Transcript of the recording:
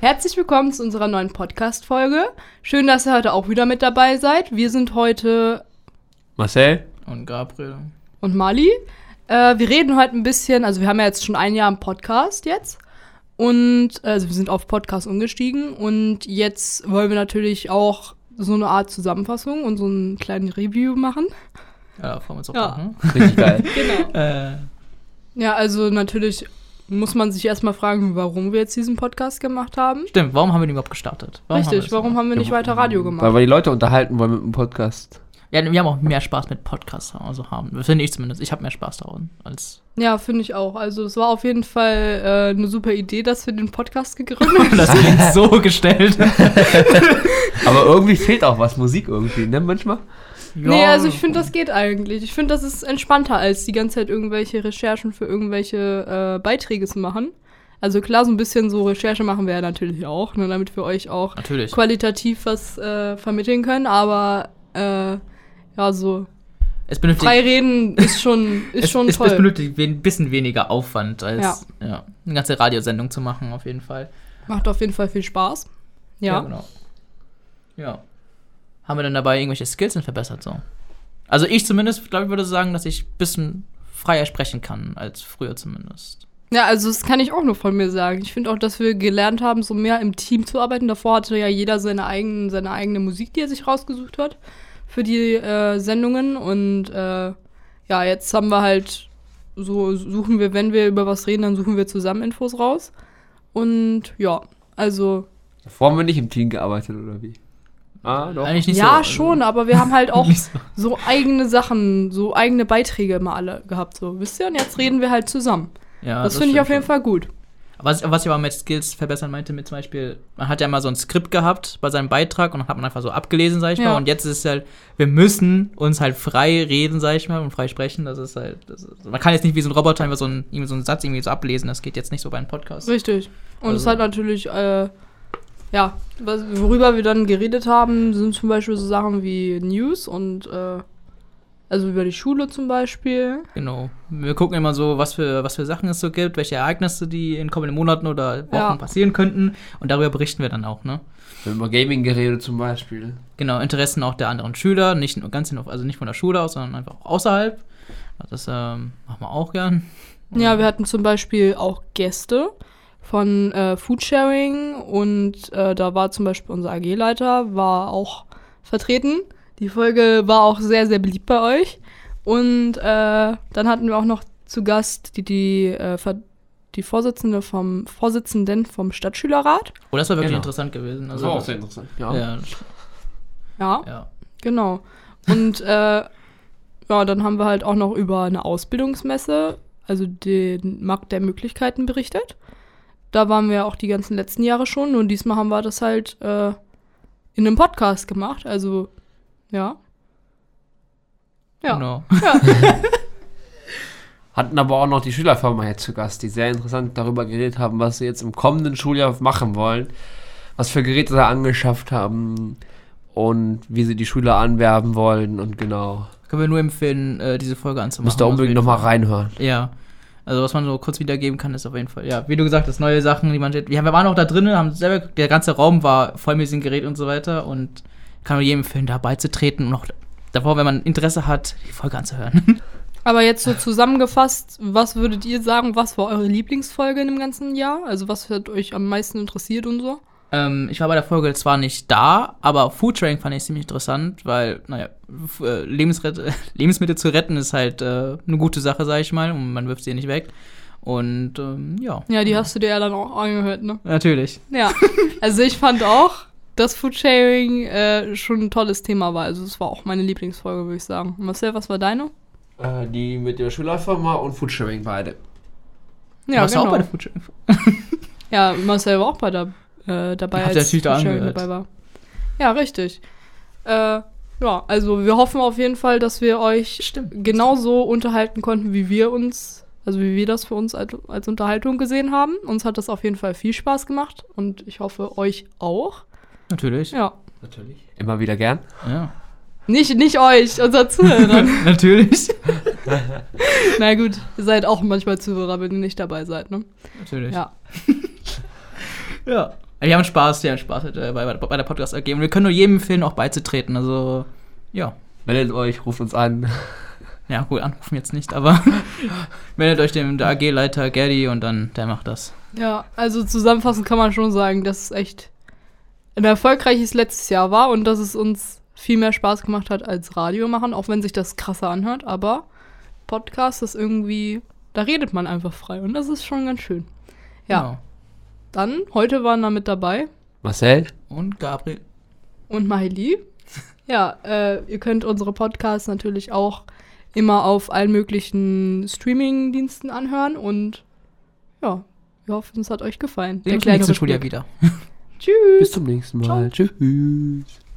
Herzlich willkommen zu unserer neuen Podcast-Folge. Schön, dass ihr heute auch wieder mit dabei seid. Wir sind heute Marcel? Und Gabriel. und Mali. Äh, wir reden heute ein bisschen, also wir haben ja jetzt schon ein Jahr im Podcast jetzt. Und äh, also wir sind auf Podcast umgestiegen und jetzt wollen wir natürlich auch so eine Art Zusammenfassung und so einen kleinen Review machen. Ja, da freuen wir uns auch Ja. drauf, ne? Richtig geil. Genau. Äh, Ja, also natürlich muss man sich erstmal fragen, warum wir jetzt diesen Podcast gemacht haben. stimmt, warum haben wir den überhaupt gestartet? Richtig, warum haben wir nicht weiter Radio Weil gemacht? wir die Leute unterhalten wollen mit dem Podcast. wir Ja, wir haben auch mehr Spaß mit Podcasts, also haben. Finde ich zumindest. Ich habe mehr Spaß daran als. Ja, finde ich auch. Also es war auf jeden Fall äh, eine super Idee, dass wir den Podcast gegründet haben. Das ist so gestellt. Aber irgendwie fehlt auch was, Musik irgendwie, ne, manchmal? Nee, also ich finde, das geht eigentlich. Ich finde, das ist entspannter, als die ganze Zeit irgendwelche Recherchen für irgendwelche äh, Beiträge zu machen. Also klar, so ein bisschen so Recherche machen wir ja natürlich auch, ne, damit wir euch auch Natürlich. qualitativ was äh, vermitteln können. Aber äh, ja, so Es benötigt, frei reden ist schon, ist es, schon es, es toll. benötigt ein bisschen weniger Aufwand, als ja. eine ganze Radiosendung zu machen, auf jeden Fall. Macht auf jeden Fall viel Spaß. Ja. genau. Ja. Haben wir denn dabei irgendwelche Skills denn verbessert so? Also ich zumindest, glaube ich, würde sagen, dass ich ein bisschen freier sprechen kann, als früher zumindest. Ja, also das kann ich auch nur von mir sagen. Ich finde auch, dass wir gelernt haben, so mehr im Team zu arbeiten. Davor hatte ja jeder seine, eigenen, seine eigene Musik, die er sich rausgesucht hat für die äh, Sendungen. Und äh, ja, jetzt haben wir halt, so suchen wir, wenn wir über was reden, dann suchen wir zusammen Infos raus. Und ja, also Davor haben wir nicht im Team gearbeitet, oder wie? Ah, doch. Eigentlich nicht so. ja also- schon, aber wir haben halt auch Nicht so. so eigene Sachen, so eigene Beiträge immer alle gehabt. So, wisst ihr? Und jetzt reden wir halt zusammen. Ja, das finde ich stimmt auf jeden schon. Fall gut. Was, was ich aber mit Skills verbessern meinte, mit zum Beispiel, man hat ja mal so ein Skript gehabt bei seinem Beitrag und dann hat man einfach so abgelesen, sag ich Ja. mal. Und jetzt ist es halt, wir müssen uns halt frei reden, sag ich mal, und frei sprechen. Das ist halt, das ist, man kann jetzt nicht wie so ein Roboter einfach so einen, irgendwie so einen Satz irgendwie so ablesen. Das geht jetzt nicht so bei einem Podcast. Richtig. Und es Also- hat natürlich, äh, ja, was, worüber wir dann geredet haben, sind zum Beispiel so Sachen wie News und, äh, also über die Schule zum Beispiel. Genau. Wir gucken immer so, was für, was für Sachen es so gibt, welche Ereignisse, die in kommenden Monaten oder Wochen Ja. passieren könnten. Und darüber berichten wir dann auch, ne? Wir haben über Gaming geredet zum Beispiel. Genau, Interessen auch der anderen Schüler, nicht nur ganz hin- also nicht von der Schule aus, sondern einfach auch außerhalb. Das ähm, machen wir auch gern. Ja, wir hatten zum Beispiel auch Gäste von äh, Foodsharing und äh, da war zum Beispiel unser AG-Leiter, war auch vertreten. Die Folge war auch sehr, sehr beliebt bei euch. Und äh, dann hatten wir auch noch zu Gast die, die, äh, Ver- die Vorsitzende vom Vorsitzenden vom Stadtschülerrat. Oh, das war wirklich Genau. interessant gewesen. Das Also, war auch sehr interessant. Ja. Ja, Ja, ja. genau. Und äh, ja, dann haben wir halt auch noch über eine Ausbildungsmesse, also den Markt der Möglichkeiten berichtet. Da waren wir ja auch die ganzen letzten Jahre schon, nur diesmal haben wir das halt äh, in einem Podcast gemacht. Also, ja. Ja. Genau. Hatten aber auch noch die Schülerfirma jetzt zu Gast, die sehr interessant darüber geredet haben, was sie jetzt im kommenden Schuljahr machen wollen, was für Geräte sie angeschafft haben und wie sie die Schüler anwerben wollen und genau. Können wir nur empfehlen, äh, diese Folge anzumachen. Müsst ihr unbedingt Also, nochmal reinhören. Ja. Also was man so kurz wiedergeben kann, ist auf jeden Fall, ja, wie du gesagt hast, neue Sachen, die man steht. Wir waren auch da drinnen, haben selber, der ganze Raum war voll mit diesem Gerät und so weiter und kann nur jedem empfehlen, da beizutreten und auch davor, wenn man Interesse hat, die Folge anzuhören. Aber jetzt so zusammengefasst, was würdet ihr sagen, was war eure Lieblingsfolge in dem ganzen Jahr? Also, was hat euch am meisten interessiert und so? ähm, ich war bei der Folge zwar nicht da, aber Foodtrain fand ich ziemlich interessant, weil, naja, F- äh, Lebensret Lebensmittel zu retten ist halt äh, eine gute Sache, sag ich mal, und man wirft sie nicht weg. Und ähm, ja. Ja, die hast du dir ja dann auch angehört, ne? Natürlich. Ja, also ich fand auch, dass Foodsharing äh, schon ein tolles Thema war. Also es war auch meine Lieblingsfolge, würde ich sagen. Marcel, was war deine? Äh, die mit der Schülerfirma und Foodsharing beide. Ja, Warst du auch bei genau. der Foodtrain? Ja, Marcel war auch bei der, äh, dabei, Habt ihr natürlich da angehört. dabei war. Ja, richtig. Äh, ja, also wir hoffen auf jeden Fall, dass wir euch Stimmt. genauso unterhalten konnten, wie wir uns, also wie wir das für uns als, als Unterhaltung gesehen haben. Uns hat das auf jeden Fall viel Spaß gemacht und ich hoffe euch auch. Natürlich. Ja. Natürlich. Immer wieder gern. Ja. Nicht, nicht euch, unser Zuhörer. Natürlich. Na gut, ihr seid auch manchmal Zuhörer, wenn ihr nicht dabei seid, ne? Natürlich. Ja. Ja. Die haben Spaß, die haben Spaß äh, bei, bei, bei der Podcast AG. Und wir können nur jedem empfehlen, auch beizutreten. Also, ja. Meldet euch, ruft uns an. Ja, gut, anrufen jetzt nicht, aber meldet euch dem der AG-Leiter Gerdi und dann der macht das. Ja, also zusammenfassend kann man schon sagen, dass es echt ein erfolgreiches letztes Jahr war und dass es uns viel mehr Spaß gemacht hat als Radio machen, auch wenn sich das krasser anhört, aber Podcast ist irgendwie, da redet man einfach frei und das ist schon ganz schön. Ja, Genau. dann, heute waren da mit dabei Marcel? Genau. Und Gabriel. und Maheli. Ja, äh, ihr könnt unsere Podcasts natürlich auch immer auf allen möglichen Streaming-Diensten anhören und ja, wir hoffen, es hat euch gefallen. Sehen Der uns nächste kleine Schuljahr Rückblick. wieder. Tschüss. Bis zum nächsten Mal. Tschüss.